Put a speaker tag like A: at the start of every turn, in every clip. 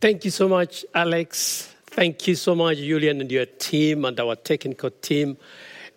A: Thank you so much, Alex. Thank you so much, Julian, and your team and our technical team.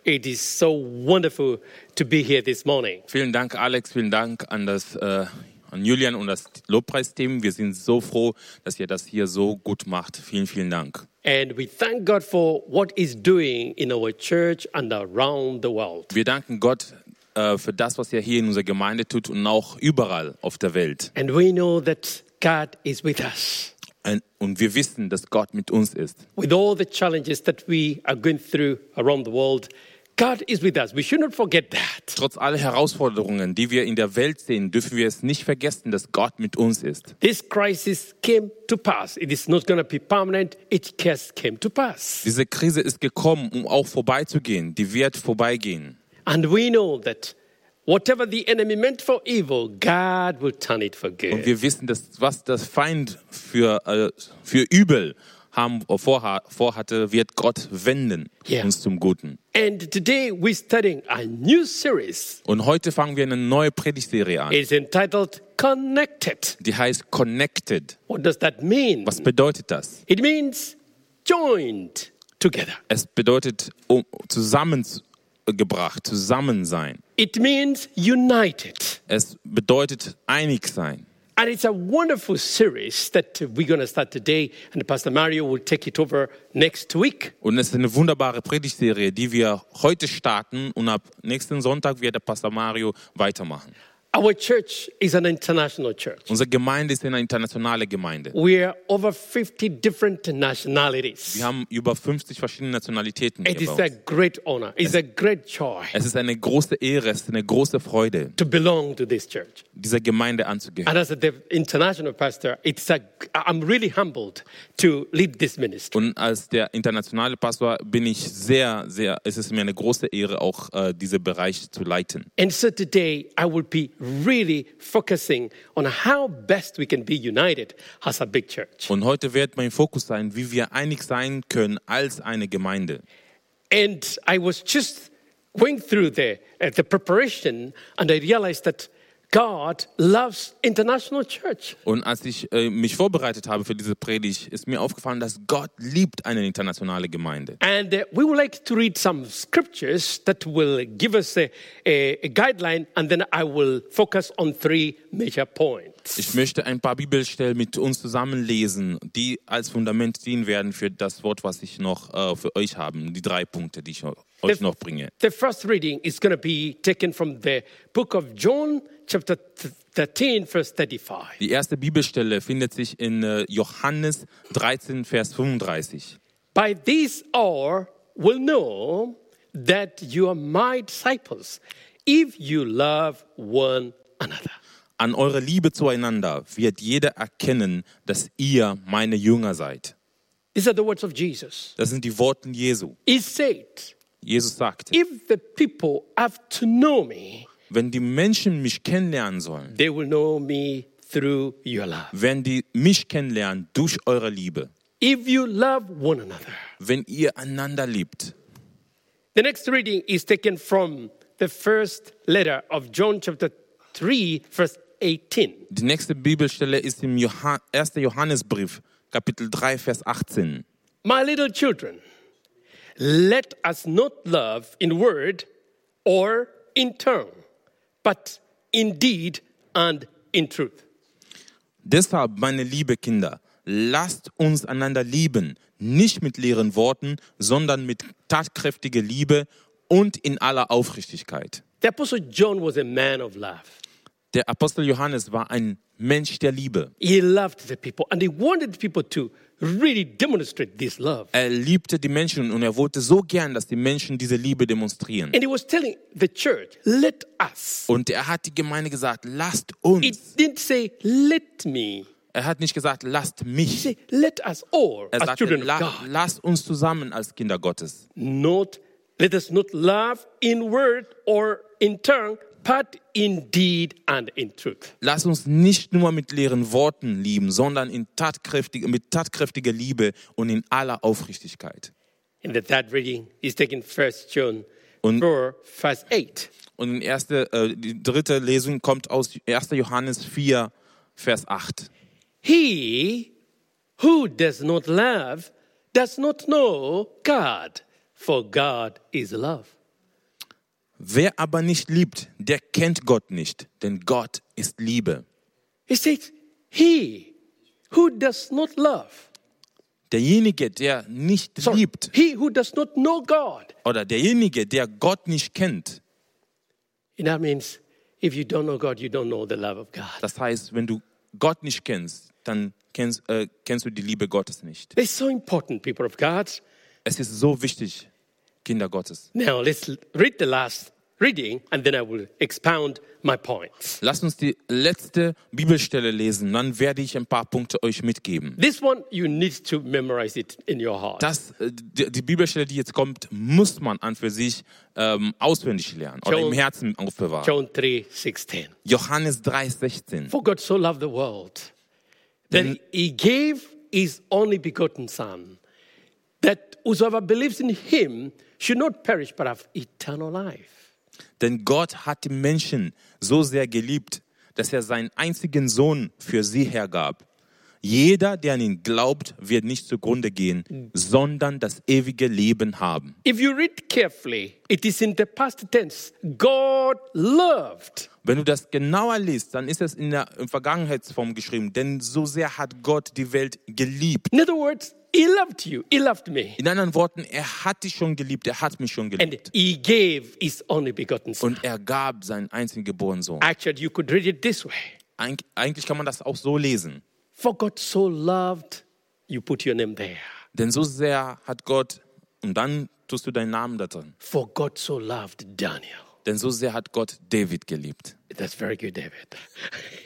A: It is so wonderful to be here this morning.
B: Vielen Dank, Alex. Vielen Dank an das äh, an Julian und das Lobpreisteam. Wir sind so froh, dass ihr das hier so gut macht. Vielen, vielen Dank.
A: And we thank God for what He's doing in our church and around the world.
B: Wir danken Gott äh, für das, was er hier in unserer Gemeinde tut und auch überall auf der Welt.
A: And we know that God is with us
B: Ein- Und wir wissen, dass Gott mit uns ist.
A: with all the challenges that we are going through around the world. God is with us. We should not forget that.
B: Trotz aller Herausforderungen, die wir in der Welt sehen, dürfen wir es nicht vergessen, dass Gott mit uns ist.
A: This crisis came to pass. It is not going to be permanent. It just came to pass.
B: Diese Krise ist gekommen, um auch vorbeizugehen. Die wird vorbeigehen.
A: And we know that whatever the enemy meant for evil, God will turn it for
B: Und
A: good.
B: wir wissen, dass was das Feind für, äh, für übel haben, äh, vorha, vorhatte, wird Gott wenden
A: Ja.
B: uns zum Guten.
A: And today we're studying a new series.
B: Und heute fangen wir eine neue Predigtserie an.
A: It's entitled Connected.
B: Die heißt Connected.
A: What does that mean?
B: Was bedeutet das?
A: It means joined together.
B: Es bedeutet um, zusammengebracht, zusammen sein.
A: It means united.
B: Es bedeutet einig sein.
A: And it's a wonderful series that we're going to start today. And Pastor Mario will take it over next week.
B: Und es ist eine wunderbare Predigtserie, die wir heute starten und ab nächsten Sonntag wird der Pastor Mario weitermachen.
A: Our church is an international church.
B: Unsere Gemeinde ist eine internationale Gemeinde.
A: We're over 50 different nationalities.
B: Wir haben über 50 verschiedene Nationalitäten
A: It
B: hier
A: is
B: bei
A: a
B: uns.
A: great honor. It's a great joy
B: Es ist eine große Ehre, es ist eine große Freude,
A: to belong to this church.
B: dieser Gemeinde anzugehören.
A: And as the international pastor, it's a, I'm really humbled to lead this ministry.
B: Und als der internationale Pastor bin ich sehr, sehr, es ist mir eine große Ehre, auch äh, diesen Bereich zu leiten.
A: And so today, I will be really focusing on how best we can be united as a big church.
B: Und heute wird mein Fokus sein, wie wir einig sein können als eine Gemeinde.
A: And I was just going through the, uh, the preparation, and I realized that God loves international church.
B: Und als ich äh, mich vorbereitet habe für diese Predigt, ist mir aufgefallen, dass Gott liebt eine internationale Gemeinde.
A: And uh, we would like to read some scriptures that will give us a, a, a guideline, and then I will focus on three major points.
B: Ich möchte ein paar Bibelstellen mit uns zusammenlesen, die als Fundament dienen werden für das Wort, was ich noch äh, für euch habe, die drei Punkte, die ich euch noch bringe.
A: The first reading is going to be taken from the book of John, chapter th- 13, verse 35.
B: Die erste Bibelstelle findet sich in äh, Johannes 13, Vers 35.
A: By this hour will know that you are my disciples if you love one another.
B: An eure Liebe zueinander wird jeder erkennen, dass ihr meine Jünger seid.
A: These are the words of Jesus.
B: Das sind die Worte Jesu.
A: He said,
B: Jesus sagt,
A: If the people have to know me,
B: wenn die Menschen mich kennenlernen sollen,
A: they will know me through your love.
B: wenn die mich kennenlernen durch eure Liebe,
A: If you love one another.
B: wenn ihr einander liebt.
A: The next reading is taken from the first letter of John, chapter 3, verse 18.
B: Die nächste Bibelstelle ist im Johann 1. Johannesbrief, Kapitel 3, Vers 18.
A: My little children, let us not love in word or in tongue, but in deed and in truth.
B: Deshalb, meine liebe Kinder, lasst uns einander lieben, nicht mit leeren Worten, sondern mit tatkräftiger Liebe und in aller Aufrichtigkeit.
A: The Apostle John was a man of love.
B: Der Apostel Johannes war ein Mensch der Liebe.
A: He loved the people and he wanted people to really demonstrate this love.
B: Er liebte die Menschen und er wollte so gern, dass die Menschen diese Liebe demonstrieren.
A: And he was telling the church, let us.
B: Und er hat die Gemeinde gesagt, lasst uns.
A: It didn't say, let me.
B: Er hat nicht gesagt, lasst
A: It
B: mich.
A: said, let us all
B: Er
A: as
B: sagte,
A: children of
B: la,
A: God.
B: lasst uns zusammen als Kinder Gottes.
A: Not, let us not love in word or in tongue, but in deed and in truth.
B: Lasst uns nicht nur mit leeren Worten lieben, sondern in tatkräftig, mit tatkräftiger Liebe und in aller Aufrichtigkeit.
A: And the third reading is taken first John
B: Und-
A: 4, verse 8.
B: Und in erste, äh, die dritte Lesung kommt aus 1. Johannes 4, Vers 8.
A: He Who does not love does not know God, for God is love.
B: Wer aber nicht liebt, der kennt Gott nicht, denn Gott ist Liebe.
A: He says, He who does not love,
B: Derjenige, der nicht
A: sorry,
B: liebt
A: he who does not know God.
B: oder derjenige, der Gott nicht kennt,
A: And that means if you don't know God, you don't know the love of God.
B: das heißt, wenn du Gott nicht kennst, dann kennst, äh, kennst du die Liebe Gottes nicht.
A: It's so important, people of God.
B: Es ist so wichtig, Kinder Gottes.
A: Now let's l- read the last reading and then I will expound my points.
B: Lasst uns die letzte Bibelstelle lesen, dann werde ich ein paar Punkte euch mitgeben.
A: This one, you need to memorize it in your heart.
B: Das, äh, die, die Bibelstelle, die jetzt kommt, muss man an für sich ähm, auswendig lernen oder
A: John-
B: im Herzen aufbewahren.
A: John 3 16.
B: Johannes 3,16.
A: For God so loved the world that he gave his only begotten Son, that whosoever believes in him should not perish but have eternal life.
B: Denn Gott hat die Menschen so sehr geliebt, dass er seinen einzigen Sohn für sie hergab. Jeder, der an ihn glaubt, wird nicht zugrunde gehen, sondern das ewige Leben haben.
A: If you read carefully, it is in the past tense God loved.
B: Wenn du das genauer liest, dann ist es in der Vergangenheitsform geschrieben, denn so sehr hat Gott die Welt geliebt.
A: In other words, he loved you, he loved me.
B: In anderen Worten, er hat dich schon geliebt, er hat mich schon
A: And
B: geliebt.
A: he gave his only begotten Son.
B: Und er gab seinen einzigen geborenen Sohn.
A: Actually, you could read it this way
B: Eig eigentlich kann man das auch so lesen.
A: For God so loved, you put your name there.
B: Denn so sehr hat Gott, und dann tust du deinen Namen da drin.
A: For God so loved Daniel.
B: Denn so sehr hat Gott David geliebt,
A: That's very good, David.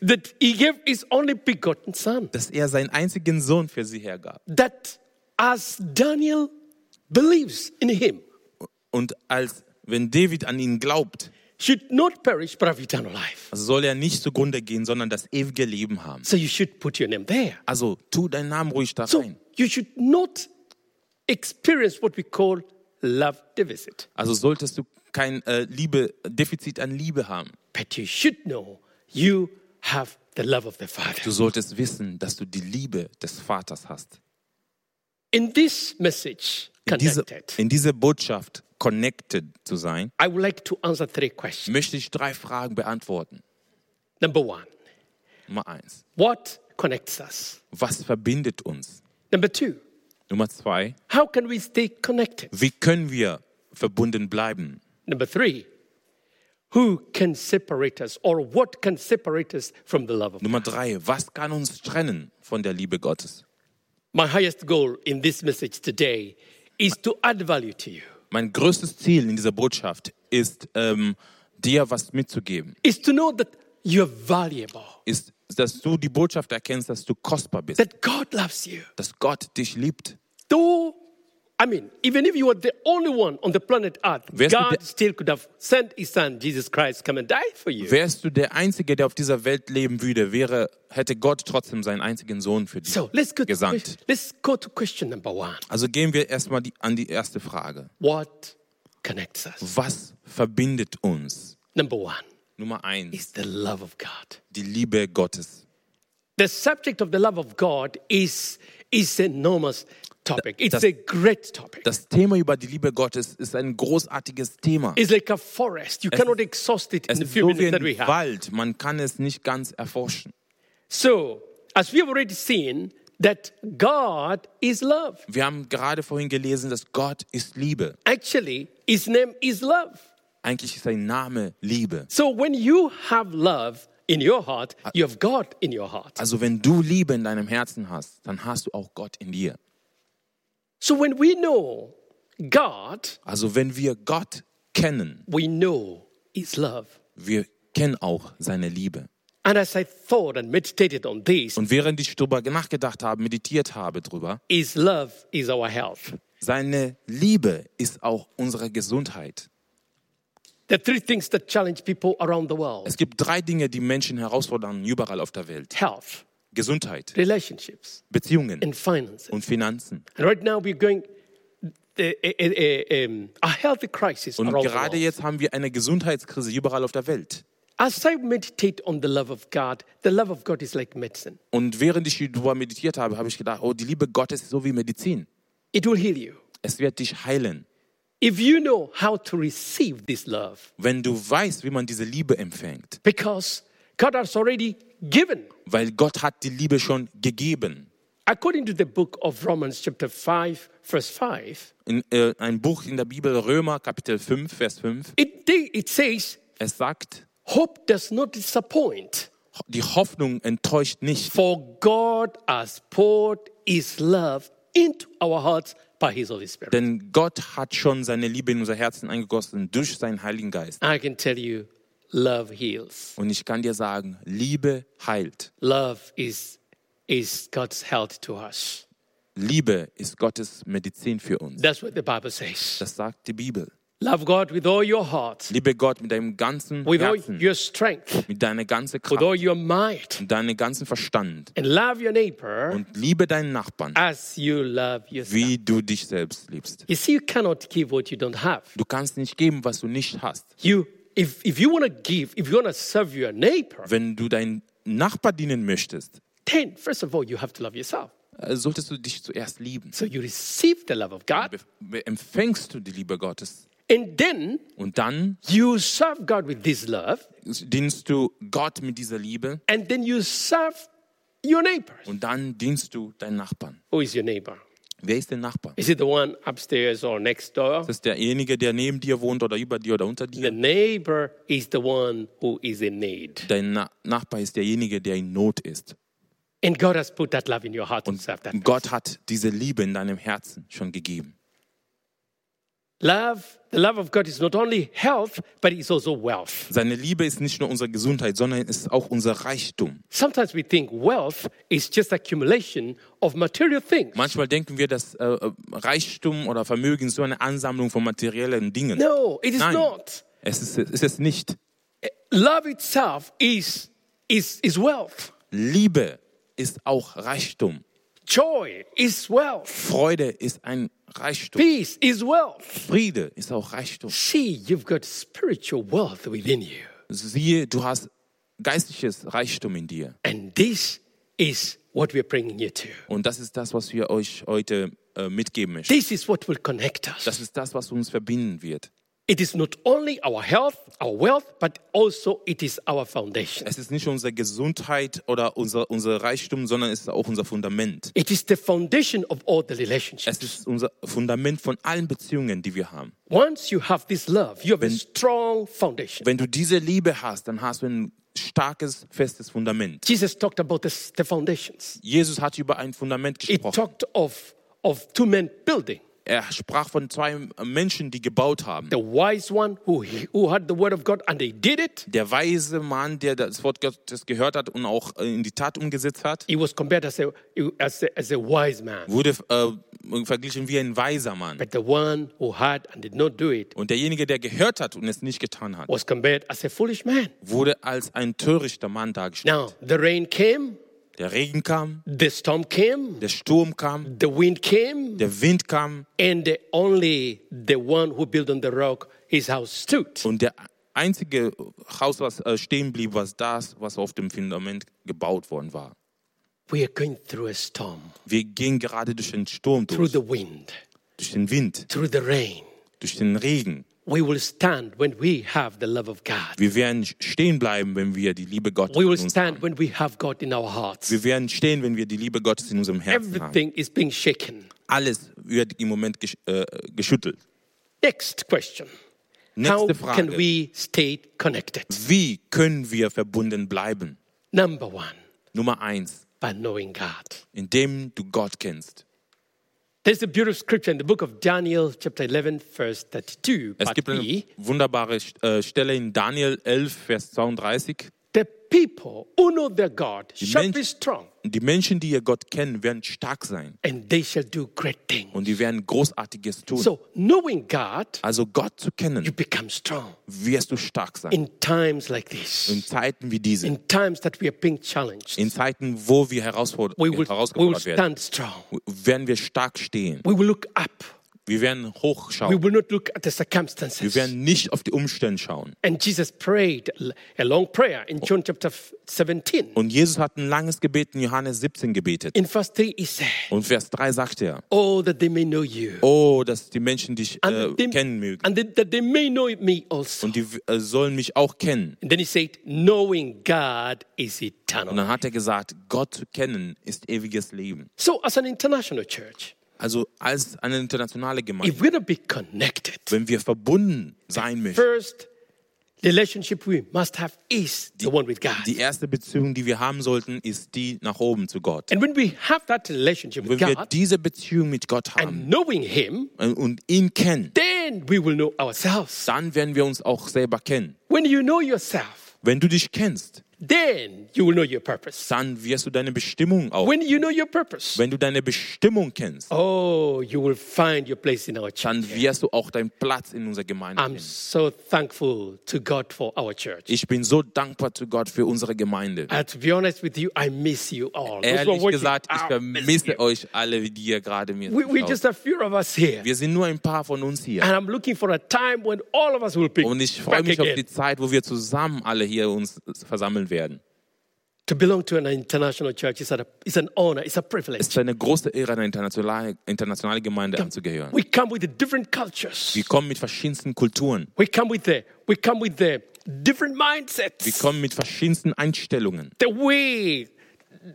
A: that he gave his only begotten son.
B: dass er seinen einzigen Sohn für sie hergab.
A: That as Daniel believes in him,
B: Und als wenn David an ihn glaubt, also
A: should not perish but have eternal life.
B: soll er nicht zugrunde gehen, sondern das ewige Leben haben.
A: So you should put your name there.
B: Also tu deinen Namen ruhig da
A: So
B: rein.
A: you should not experience what we call love deficit,
B: Also solltest du kein äh, Liebe, Defizit an Liebe haben.
A: but you should know you have the love of the
B: Du
A: Father.
B: solltest wissen, dass du die Liebe des Vaters hast.
A: In this message
B: In uh, diese,
A: connected,
B: in diese Botschaft connected zu sein,
A: I would like to answer three questions.
B: möchte ich drei Fragen beantworten.
A: Number one,
B: Nummer eins,
A: what connects us?
B: was verbindet uns?
A: Number two,
B: Nummer zwei,
A: How can we stay connected?
B: wie können wir verbunden bleiben?
A: Number three, who can separate us or what can separate us from the love of God?
B: Nummer drei, was kann uns trennen von der Liebe Gottes?
A: My highest goal in this message today is to add value to you,
B: Mein größtes Ziel in dieser Botschaft ist, ähm, dir was mitzugeben,
A: is to know that you're valuable,
B: ist, dass du die Botschaft erkennst, dass du kostbar bist,
A: that God loves you.
B: dass Gott dich liebt.
A: Though, I mean, even if you were the only one on the planet Earth,
B: Wärst du
A: God
B: der-
A: still could have sent His Son, Jesus Christ, come and die for you.
B: Wärst du der Einzige, der auf dieser Welt leben würde, wäre, hätte Gott trotzdem seinen einzigen Sohn für dich
A: So let's go, to,
B: gesandt.
A: que- let's go to question number one.
B: Also gehen wir erstmal die, an die erste Frage.
A: What connects us?
B: Was verbindet uns?
A: Number one
B: Nummer eins,
A: is the love of God.
B: die Liebe Gottes.
A: The subject of the love of God is is enormous topic. It's a great topic.
B: Das Thema über die Liebe Gottes ist ein großartiges Thema.
A: It's like a forest. You cannot exhaust it in
B: Es
A: the
B: ist
A: few
B: so wie
A: minutes that we
B: ein
A: have.
B: Wald, man kann es nicht ganz erforschen.
A: So, as we have already seen, that God is love.
B: Wir haben gerade vorhin gelesen, dass Gott ist Liebe.
A: Actually, His name is love.
B: Eigentlich ist sein Name Liebe.
A: So, when you have love in your heart, you have God in your heart.
B: Also wenn du Liebe in deinem Herzen hast, dann hast du auch Gott in dir.
A: So, when we know God,
B: Also wenn wir Gott kennen,
A: we know His love.
B: wir kennen auch seine Liebe.
A: And as I thought and meditated on this,
B: Und während ich darüber nachgedacht habe, meditiert habe drüber,
A: His love is our health.
B: seine Liebe ist auch unsere Gesundheit.
A: There are three things that challenge people around the world
B: Es gibt drei Dinge, die Menschen herausfordern, überall auf der Welt.
A: health,
B: Gesundheit,
A: relationships,
B: Beziehungen
A: and finances.
B: und Finanzen.
A: And right now, we're going eh, eh, eh, eh, um, a health crisis
B: Und
A: around the
B: gerade
A: world.
B: jetzt haben wir eine Gesundheitskrise überall auf der Welt.
A: As I meditate on the love of God, the love of God is like medicine.
B: Und während ich darüber meditiert habe, habe ich gedacht, oh, die Liebe Gottes ist so wie Medizin.
A: It will heal you.
B: Es wird dich heilen.
A: If you know how to receive this love,
B: Wenn du weißt, wie man diese Liebe empfängt,
A: because God has already given.
B: weil Gott hat die Liebe schon gegeben.
A: According to the book of Romans, chapter 5, verse 5,
B: In äh, ein Buch in der Bibel, Römer Kapitel 5, Vers 5,
A: it, they- it says,
B: es sagt,
A: Hope does not disappoint,
B: die Hoffnung enttäuscht nicht,
A: for God has poured his love into our hearts by his Holy Spirit.
B: denn Gott hat schon seine Liebe in unser Herzen eingegossen durch seinen Heiligen Geist.
A: I can tell you, love heals.
B: Und ich kann dir sagen, Liebe heilt.
A: Love is, is God's health to us.
B: Liebe ist Gottes Medizin für uns.
A: That's what the Bible says.
B: Das sagt die Bibel.
A: Love God with all your heart,
B: Liebe Gott mit deinem ganzen
A: with all
B: Herzen,
A: your strength,
B: mit deiner ganzen
A: with
B: Kraft,
A: all your might,
B: mit deinem ganzen Verstand.
A: and love your neighbor
B: Und liebe deinen Nachbarn,
A: as you love yourself.
B: wie du dich selbst liebst.
A: You see, you cannot give what you don't have.
B: Du kannst nicht geben, was du nicht hast.
A: You, if, if you want to give, if you want to serve your neighbor,
B: Wenn du deinen Nachbar dienen möchtest,
A: then first of all, you have to love yourself.
B: äh, solltest du dich zuerst lieben.
A: So you receive the love of God,
B: Be- be- Empfängst du die Liebe Gottes
A: and then
B: und dann
A: you serve God with this love,
B: dienst du Gott mit dieser Liebe
A: and then you serve your neighbor.
B: und dann dienst du deinen Nachbarn.
A: Who is your neighbor?
B: Wer ist der Nachbar?
A: Is it the one upstairs or next door?
B: Das ist derjenige, der neben dir wohnt oder über dir oder unter dir.
A: The neighbor is the one who is in need.
B: Dein Na Nachbar ist derjenige, der in Not ist.
A: And God has put that love in your heart to serve that.
B: Gott hat diese Liebe in deinem Herzen schon gegeben.
A: Love, the love of God is not only health, but it's also wealth.
B: Seine Liebe ist nicht nur unsere Gesundheit, sondern ist auch unser Reichtum.
A: Sometimes we think wealth is just accumulation of material things.
B: Manchmal denken wir, dass äh, äh, Reichtum oder Vermögen ist so eine Ansammlung von materiellen Dingen.
A: No, it is
B: Nein.
A: not.
B: Es ist, es ist es nicht.
A: Love itself is, is, is wealth.
B: Liebe ist auch Reichtum.
A: Joy is wealth.
B: Freude ist ein Reichtum.
A: Peace is wealth.
B: Friede ist auch Reichtum.
A: See, you've got spiritual wealth within you.
B: Siehe, du hast geistliches Reichtum in dir.
A: And this is what we're bringing you to.
B: Und das ist das, was wir euch heute äh, mitgeben möchten.
A: This is what will connect us.
B: Das ist das, was uns verbinden wird.
A: It is not only our health, our wealth, but also it is our foundation.
B: Es ist nicht unsere Gesundheit oder unser, unser Reichtum, sondern es ist auch unser Fundament.
A: It is the foundation of all the relationships.
B: Es ist unser Fundament von allen Beziehungen, die wir haben.
A: Once you have this love, you have a strong foundation.
B: Wenn du diese Liebe hast, dann hast du ein starkes, festes Fundament.
A: Jesus talked about this, the foundations.
B: Jesus hat über ein Fundament
A: He
B: gesprochen.
A: talked of, of two men building.
B: Er sprach von zwei Menschen, die gebaut haben.
A: The wise one who, who had the word of God and they did it.
B: Der weise Mann, der das Wort Gottes gehört hat und auch äh, in die Tat umgesetzt hat,
A: He was compared as a, as a, as a wise man.
B: wurde äh, verglichen wie ein weiser Mann.
A: But the one who had and did not do it
B: Und derjenige, der gehört hat und es nicht getan hat,
A: was compared as a foolish man.
B: wurde als ein törichter Mann dargestellt.
A: Now, the rain came,
B: Der Regen kam,
A: the storm came,
B: der Sturm kam,
A: the wind came,
B: der Wind kam
A: and the only the one who built on the rock, his house stood.
B: und der einzige Haus, was äh, stehen blieb, war das, was auf dem Fundament gebaut worden war.
A: We are going through a storm,
B: Wir gehen gerade durch den Sturm
A: through
B: durch,
A: the wind,
B: durch den Wind,
A: through the rain.
B: durch den Regen.
A: We will stand when we have the love of God.
B: Wir werden stehen bleiben, wenn wir die Liebe Gottes
A: We
B: in
A: will
B: uns
A: stand
B: haben.
A: when we have God in our hearts.
B: Wir werden stehen, wenn wir die Liebe Gottes in unserem Herzen haben.
A: Everything is being shaken.
B: Alles wird im Moment gesch äh, geschüttelt.
A: Next question. How
B: Nächste
A: can
B: Frage.
A: we stay connected?
B: Wie können wir verbunden bleiben?
A: Number one,
B: Nummer eins,
A: by knowing God.
B: indem du Gott kennst.
A: There's a beautiful scripture in the book of Daniel, chapter 11, verse 32.
B: Es
A: part
B: gibt eine
A: B.
B: wunderbare äh, Stelle in Daniel 11, Vers 32.
A: The people who know their God shall
B: Mensch-
A: be strong,
B: Die Menschen, die ihr Gott kennen, werden stark sein
A: and they shall do great things.
B: und die werden Großartiges tun.
A: So, knowing God,
B: Also Gott zu
A: you
B: kennen,
A: become strong
B: wirst du stark sein.
A: in times like this,
B: In Zeiten wie diese,
A: in times that we are being challenged.
B: in Zeiten, wo wir herausford-
A: We will, we will
B: herausgefordert werden,
A: stand strong.
B: werden wir stark stehen.
A: We will look up.
B: Wir werden
A: We
B: hochschauen.
A: will not look at the
B: Wir
A: circumstances.
B: werden nicht auf die Umstände schauen.
A: And Jesus prayed a long prayer in John chapter 17.
B: Und Jesus hat ein langes Gebet in Johannes 17 gebetet.
A: In verse 3, he said,
B: Und Vers 3 sagt er,
A: Oh, that they may know you.
B: oh, dass die Menschen dich
A: And,
B: äh,
A: that they-
B: kennen mögen.
A: and that that they may know me also.
B: Und die äh, sollen mich auch kennen.
A: And then he said, Knowing God is
B: Und
A: eternal.
B: dann hat er gesagt, Gott zu kennen ist ewiges Leben.
A: So, as an international church,
B: Also als eine internationale Gemeinde,
A: if we're going to be connected,
B: wenn wir verbunden sein möchten,
A: first relationship we must have is the one with God.
B: die erste Beziehung, die wir haben sollten, ist die nach oben zu Gott.
A: And when we have that relationship with
B: Wenn wir
A: God
B: diese Beziehung mit Gott haben
A: and knowing Him,
B: äh, und ihn kennen,
A: then we will know ourselves.
B: dann werden wir uns auch selber kennen.
A: When you know yourself,
B: Wenn du dich kennst,
A: then you will know your purpose.
B: dann wirst du deine Bestimmung auch.
A: When you know your purpose,
B: Wenn du deine Bestimmung kennst,
A: oh, you will find your place in our church.
B: dann wirst du auch deinen Platz in unserer Gemeinde
A: I'm
B: kennen.
A: so thankful to God for our church.
B: Ich bin so dankbar zu Gott für unsere Gemeinde.
A: And to be honest with you, I miss you all. Those who are
B: Ehrlich
A: watching,
B: gesagt, ich
A: I miss you.
B: vermisse euch alle, die ihr gerade mir
A: Ah, We, we're
B: zuschaut.
A: just a few of us here.
B: Wir sind nur ein paar von uns hier.
A: And I'm looking for a time when all of us will pick
B: Und ich freue
A: back
B: mich auf die
A: again
B: Zeit, wo wir zusammen alle hier uns versammeln werden.
A: to belong to an international church. Is a, it's an honor. It's a
B: Es
A: privilege.
B: ist eine große Ehre, einer internationalen internationale Gemeinde anzugehören.
A: We come with the different cultures.
B: Wir kommen mit verschiedensten Kulturen.
A: We come with the we come with the different
B: Wir
A: mindsets.
B: kommen mit verschiedensten Einstellungen.
A: The way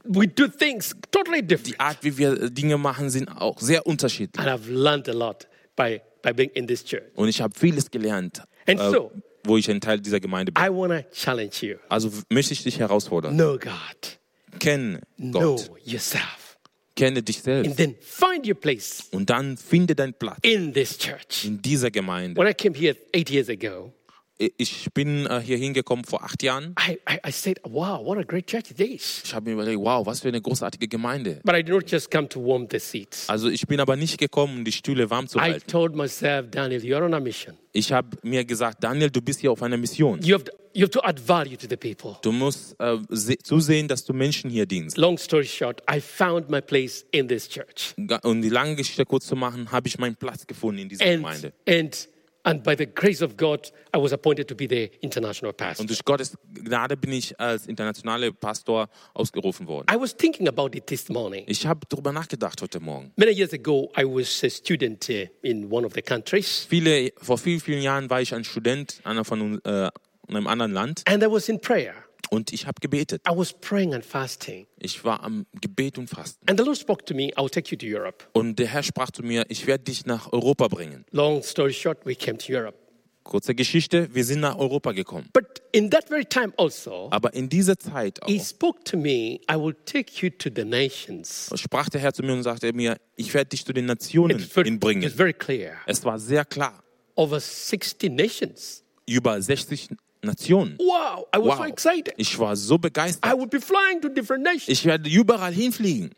A: we do things totally
B: Die
A: different.
B: Art, wie wir äh, Dinge machen, sind auch sehr unterschiedlich.
A: And I've learned a lot by by being in this church.
B: Und ich habe vieles gelernt, äh,
A: And so-
B: wo ich ein Teil dieser Gemeinde bin.
A: I want to challenge you.
B: Also w- möchte ich dich herausfordern.
A: Know God.
B: Kenne Gott.
A: Know yourself.
B: Kenne dich
A: And
B: selbst.
A: then find your place
B: Und dann finde deinen Platz
A: in this church.
B: in dieser Gemeinde.
A: When I came here eight years ago,
B: I- Ich bin äh, hier hingekommen vor acht Jahren.
A: I, I, I said, wow, what a great church it is.
B: Ich habe mir überlegt, wow, was für eine großartige Gemeinde.
A: But I did not just come to warm the seats.
B: Also ich bin aber nicht gekommen, um die Stühle warm zu
A: I
B: halten.
A: told myself, Daniel, you're on a mission.
B: Ich habe mir gesagt, Daniel, du bist hier auf einer Mission.
A: You have, to, you have to add value to the people.
B: Du musst äh, se- zusehen, dass du Menschen hier dienst.
A: Long story short, I found my place in this church.
B: Ga- Um die lange Geschichte kurz zu machen, habe ich meinen Platz gefunden in dieser
A: And,
B: Gemeinde.
A: and, and by the grace of God, I was appointed to be the international pastor.
B: Und durch Gottes Gnade bin ich als internationaler Pastor ausgerufen worden.
A: I was thinking about it this morning.
B: Ich habe darüber nachgedacht heute Morgen.
A: Many years ago, I was a student uh, in one of the countries,
B: Viele, vor vielen, vielen Jahren war ich ein Student einer von, un- äh, in einem anderen Land
A: and I was in prayer.
B: und ich habe gebetet.
A: I was praying and fasting.
B: Ich war am Gebet und Fasten.
A: And the Lord spoke to me, I'll take you to Europe.
B: Und der Herr sprach zu mir, ich werde dich nach Europa bringen.
A: Long story short, we came to Europe.
B: Kurze Geschichte, wir sind nach Europa gekommen.
A: But in that very time also,
B: Aber in dieser Zeit
A: he
B: auch
A: spoke to me, I will take you to the nations.
B: sprach der Herr zu mir und sagte mir, ich werde dich zu den Nationen
A: It's ver-
B: hinbringen.
A: it's very clear.
B: Es war sehr klar,
A: Over 60 nations.
B: über 60 Nationen.
A: Wow, I was so
B: Wow,
A: excited.
B: ich war so
A: I
B: begeistert.
A: would be flying to different nations.
B: Ich werde überall hinfliegen.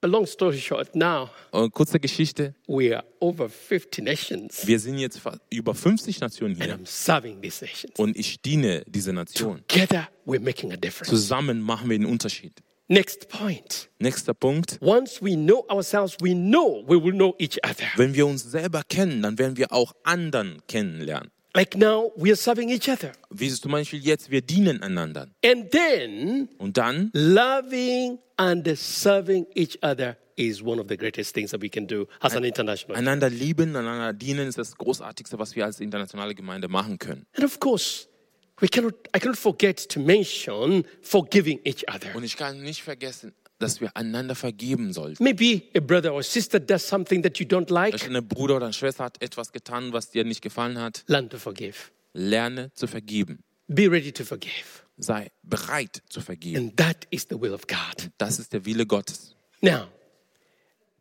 A: But long story short, now
B: Und kurze Geschichte,
A: we are over 50 nations.
B: wir sind jetzt fa- über 50 Nationen hier
A: I'm serving these nations.
B: und ich diene diese Nation.
A: Together, we're making a difference.
B: Zusammen machen wir den Unterschied.
A: Next point.
B: Nächster Punkt,
A: Once we know ourselves, we know we will know each other.
B: wenn wir uns selber kennen, dann werden wir auch anderen kennenlernen.
A: Like now, we are serving each other.
B: Wie zum Beispiel jetzt, wir dienen einander.
A: And then
B: Und dann
A: Loving and serving each other is one of the greatest things that we can do as an international. And,
B: Einander lieben, einander dienen ist das Großartigste, was wir als internationale Gemeinde machen können.
A: of course, we cannot, I cannot forget to mention forgiving each other.
B: Und ich kann nicht vergessen, dass wir einander vergeben sollten.
A: Maybe a brother or sister does something that you don't like,
B: Deine Bruder oder Schwester hat etwas getan, was dir nicht gefallen hat.
A: learn to forgive.
B: Lerne zu vergeben.
A: Be ready to forgive.
B: Sei bereit zu vergeben.
A: And that is the will of God.
B: Das ist der Wille Gottes.
A: Now,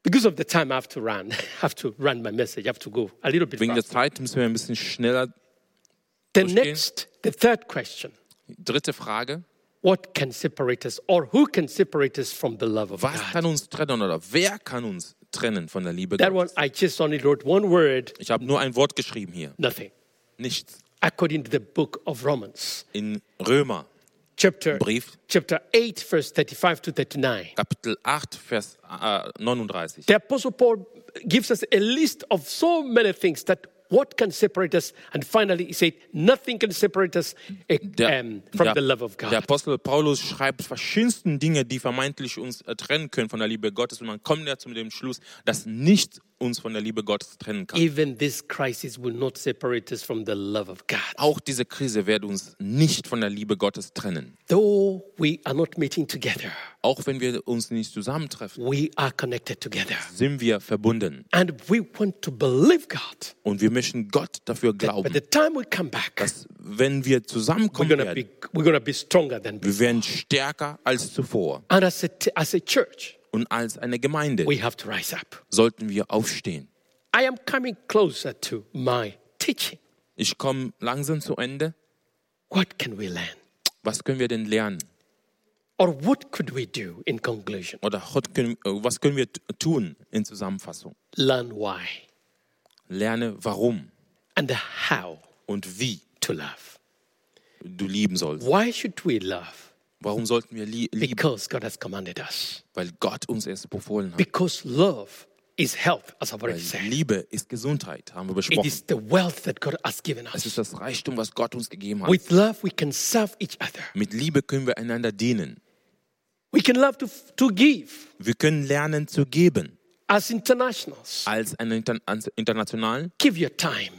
A: because of the time I have to run, I have to run my message, I have to go a little bit
B: Wegen der
A: fast.
B: Zeit müssen wir ein bisschen schneller.
A: The next, the third question.
B: Dritte Frage.
A: What can separate us or who can separate us from the love of
B: Was
A: God?
B: kann uns trennen oder wer kann uns trennen von der Liebe
A: That
B: Gottes?
A: one, I just only wrote one word,
B: Ich habe nur ein Wort geschrieben hier.
A: nothing.
B: Nichts.
A: According to the book of Romans,
B: In Römer,
A: chapter,
B: Brief,
A: chapter 8, verse 35 to 39.
B: Kapitel 8, Vers äh, 39.
A: The Apostle Paul gives us a list of so many things that what can separate us. And finally, he said, nothing can separate us eh, um, from the love of
B: der
A: God.
B: Apostel Paulus schreibt verschiedensten Dinge, die vermeintlich uns äh, trennen können von der Liebe Gottes. Und man kommt ja zu dem Schluss, dass nichts uns von der Liebe Gottes trennen kann.
A: Even this crisis will not separate us from the love of God.
B: Auch diese Krise wird uns nicht von der Liebe Gottes trennen.
A: Though we are not meeting together,
B: Auch wenn wir uns nicht zusammentreffen,
A: we are connected together.
B: sind wir verbunden.
A: And we want to believe God.
B: Und wir möchten Gott dafür
A: By
B: glauben,
A: the time we come back,
B: dass wenn wir
A: we're
B: zusammenkommen
A: going to be,
B: werden,
A: we're gonna be stronger than before.
B: wir werden stärker als zuvor.
A: And as a, t- as a church,
B: Und als eine Gemeinde
A: we have to rise up.
B: sollten wir aufstehen.
A: I am coming closer to my teaching.
B: Ich komme langsam zu Ende.
A: What can we learn?
B: Was können wir denn lernen?
A: Or what could we do in conclusion?
B: Oder hot können, äh, was können wir t- tun in Zusammenfassung?
A: Learn why
B: Lerne, warum
A: and the how
B: und wie
A: to love.
B: du lieben sollst.
A: Why should we love?
B: Warum sollten wir lie lieben?
A: Because God has commanded us.
B: Weil Gott uns es befohlen hat.
A: Because love is health, as I've already
B: Weil
A: said.
B: Liebe ist Gesundheit, haben wir
A: It
B: besprochen.
A: is the wealth that God has given
B: Es
A: us.
B: ist das Reichtum, was Gott uns gegeben hat.
A: With love, we can serve each other.
B: Mit Liebe können wir einander dienen.
A: We can love to, to give
B: Wir können lernen zu geben.
A: as internationals.
B: Als ein Inter als international,
A: Give your time,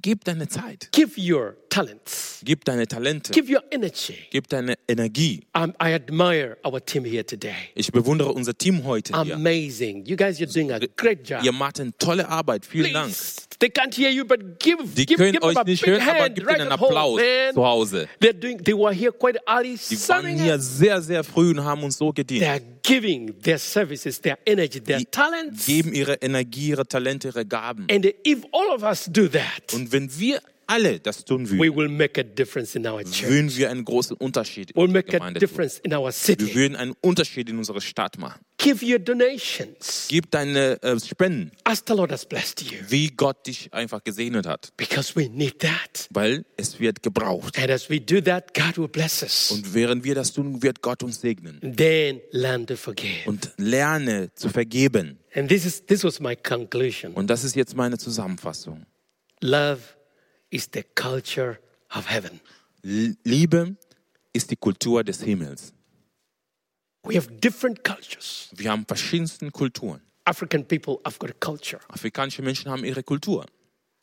B: gib deine Zeit,
A: give your talents,
B: gib deine Talente,
A: give your energy.
B: gib deine Energie.
A: Um, I admire our team here today.
B: Ich bewundere unser Team heute hier.
A: Amazing. You guys, you're doing a great job.
B: Ihr macht eine tolle Arbeit. Vielen Dank.
A: Please, They can't hear you, but give,
B: Die
A: give,
B: können
A: give them
B: euch
A: a
B: nicht
A: big
B: hören, aber
A: hand
B: gebt
A: right
B: ihnen einen
A: at home,
B: Applaus
A: man.
B: zu Hause.
A: They're doing, they were here quite early,
B: Die waren
A: serving
B: hier
A: us.
B: sehr, sehr früh und haben uns so gedient.
A: They're giving their services, their energy, their
B: Die
A: talents.
B: Geben ihre Energie, ihre Talente, ihre Gaben.
A: And if all of us do that,
B: Und wenn wir alle das tun
A: we
B: würden,
A: will make a difference in our church.
B: würden wir einen großen Unterschied
A: We'll
B: in der
A: make a
B: Gemeinde tun.
A: difference in our
B: Wir
A: city.
B: würden einen Unterschied in unserer Stadt machen.
A: Give your donations
B: Gib deine äh, Spenden,
A: as the Lord has blessed you,
B: wie Gott dich einfach gesegnet hat,
A: because we need that.
B: weil es wird gebraucht.
A: And as we do that, God will bless us.
B: Und während wir das tun, wird Gott uns segnen.
A: Then learn to forgive.
B: Und lerne zu vergeben.
A: And this is this was my conclusion.
B: Und das ist jetzt meine Zusammenfassung.
A: Love is the culture of heaven.
B: L- Liebe ist die Kultur des Himmels.
A: We have different cultures.
B: Wir haben verschiedensten Kulturen.
A: African people have got a culture.
B: Afrikanische Menschen haben ihre Kultur.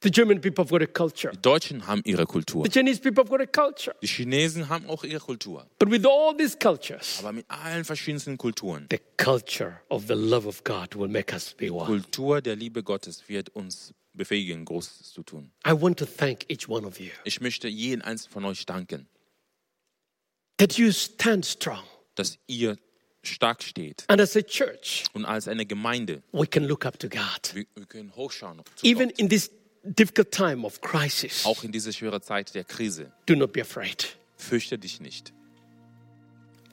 A: The German people have got a culture.
B: Die Deutschen haben ihre Kultur.
A: The Chinese people have got a culture.
B: Die Chinesen haben auch ihre Kultur.
A: But with all these cultures,
B: Aber mit allen verschiedensten Kulturen.
A: the culture of the love of God will make us be one.
B: Kultur der Liebe Gottes wird uns befähigen, Großes zu tun.
A: I want to thank each one of you
B: Ich möchte jeden einzelnen von euch danken,
A: that you stand strong.
B: dass ihr stark steht.
A: And as a church,
B: Und als eine Gemeinde,
A: we can look up to God.
B: wir, wir können hochschauen. Zu
A: Even
B: Gott.
A: in this difficult time of crisis,
B: Auch in dieser schweren Zeit der Krise.
A: do not be afraid.
B: Fürchte dich nicht.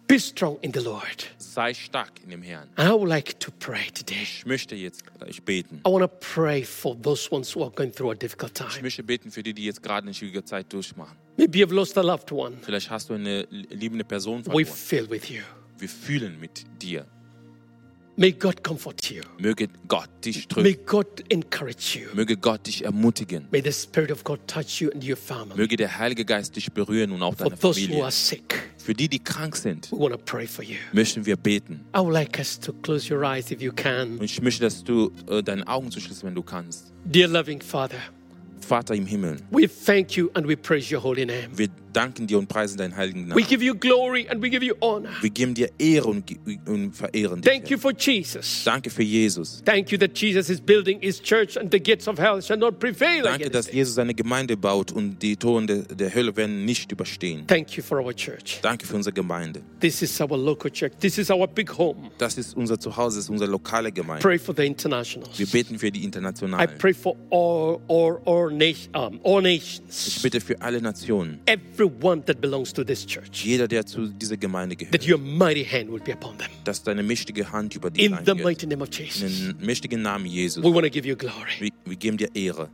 A: Be strong in the Lord.
B: Sei stark in dem Herrn.
A: And I would like to pray today.
B: Ich möchte jetzt gleich beten.
A: I want to pray for those ones who are going through a difficult
B: Ich
A: time.
B: möchte beten für die, die jetzt gerade eine schwierige Zeit durchmachen.
A: Maybe you've lost a loved one.
B: Vielleicht hast du eine liebende Person
A: We
B: verloren.
A: feel with you.
B: Wir fühlen mit dir.
A: May God comfort you.
B: Möge Gott dich
A: May
B: trösten.
A: God encourage you.
B: Möge Gott dich ermutigen.
A: May the Spirit of God touch you and your family.
B: Möge der Heilige Geist dich berühren und auch
A: For
B: deine
A: those who are
B: Familie.
A: sick,
B: Für die, die krank sind,
A: we want to pray for you.
B: möchten wir beten.
A: I would like us to close your eyes if you can.
B: Und ich möchte, dass du äh, deine Augen zuschließt, wenn du kannst.
A: Dear loving Father,
B: Vater im Himmel,
A: we thank you and we praise your holy name.
B: wir danken dir und preisen deinen heiligen
A: We
B: Namen.
A: give you glory and we give you honor.
B: Wir geben dir Ehre und, ge- und verehren dich.
A: Thank you for Jesus.
B: Danke für Jesus.
A: Thank you that Jesus is building his church and the gates of hell shall not prevail
B: Danke,
A: against
B: dass
A: it.
B: Jesus seine Gemeinde baut und die Toren der, der Hölle werden nicht überstehen.
A: Thank you for our church.
B: Danke für unsere Gemeinde.
A: This is our local church. This is our big home.
B: Das ist unser Zuhause, das ist unsere lokale Gemeinde.
A: Pray for the internationals.
B: Wir beten für die
A: I
B: Internationalen.
A: pray for all, all, all, nation, um, all
B: Ich
A: nations,
B: bitte für alle Nationen,
A: everyone that belongs to this church,
B: jeder, der zu dieser Gemeinde
A: that
B: gehört,
A: your mighty hand will be upon them.
B: dass deine mächtige Hand über die
A: In
B: sein
A: the
B: wird.
A: mighty name of
B: In
A: Jesus,
B: den mächtigen Namen Jesus.
A: we want to give you glory.
B: Wir, wir geben dir Ehre.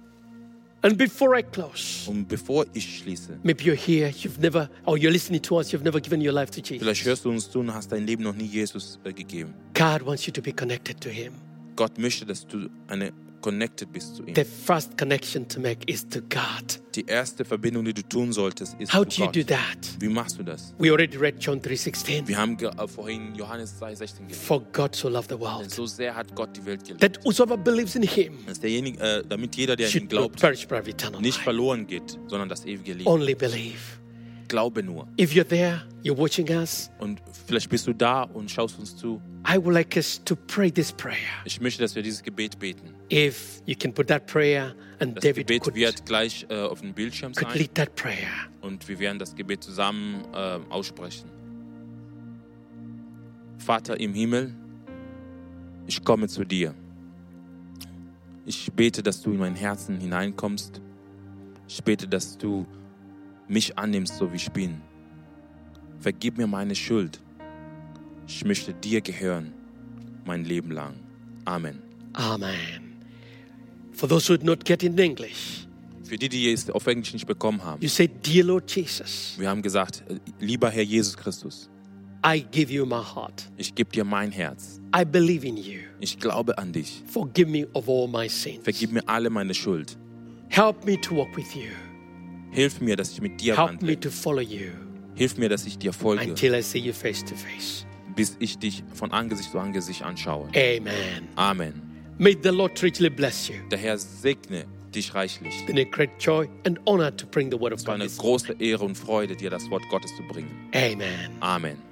A: And before I close,
B: Und bevor ich schließe,
A: maybe you're here, you've never, or you're listening to us, you've never given your life to
B: vielleicht
A: Jesus.
B: hörst du uns zu und hast dein Leben noch nie Jesus äh, gegeben.
A: God wants you to be connected to Him.
B: Gott möchte, dass du eine connected bist zu ihm.
A: The first connection to make is to God.
B: Die erste Verbindung, die du tun solltest, ist
A: How
B: zu
A: do you
B: Gott.
A: do that?
B: Wie machst du das?
A: We already read John 3:16.
B: Wir haben ge- äh, vorhin Johannes 3,16 gelesen.
A: For God so loved the
B: Denn
A: world
B: so sehr hat Gott die Welt geliebt,
A: that whosoever believes in Him
B: dass derjenige, äh, damit jeder, der an ihn
A: should not
B: glaubt,
A: perish but have eternal
B: nicht
A: life.
B: verloren geht, sondern das ewige Leben.
A: Only believe.
B: Glaube nur.
A: If you're there, you're watching us,
B: Und vielleicht bist du da und schaust uns zu.
A: I would like us to pray this prayer.
B: Ich möchte, dass wir dieses Gebet beten.
A: If you can put that prayer and
B: Das
A: David
B: Gebet
A: could,
B: wird gleich äh, auf dem Bildschirm
A: could
B: sein
A: lead that prayer.
B: und wir werden das Gebet zusammen äh, aussprechen. Vater im Himmel, ich komme zu dir. Ich bete, dass du in mein Herzen hineinkommst. Ich bete, dass du mich annimmst, so wie ich bin. Vergib mir meine Schuld. Ich möchte dir gehören, mein Leben lang. Amen.
A: Amen. For those who did not get it in English,
B: Für die, die es auf Englisch nicht bekommen haben,
A: you say, Dear Lord Jesus,
B: wir haben gesagt, äh, lieber Herr Jesus Christus,
A: I give you my heart.
B: ich gebe dir mein Herz.
A: I believe in you.
B: Ich glaube an dich.
A: Forgive me of all my sins.
B: Vergib mir alle meine Schuld.
A: Help me to walk with you.
B: Hilf mir, dass ich mit dir
A: Help me
B: wandle.
A: to follow you
B: Hilf mir, dass ich dir folge,
A: until I see you face to face.
B: bis ich dich von Angesicht zu Angesicht anschaue.
A: Amen.
B: Amen.
A: May the Lord richly bless you.
B: Der Herr segne dich reichlich.
A: Been a great joy and honor to bring the word of
B: Es war
A: God.
B: eine
A: this-
B: große Ehre und Freude, dir das Wort Gottes zu bringen.
A: Amen.
B: Amen.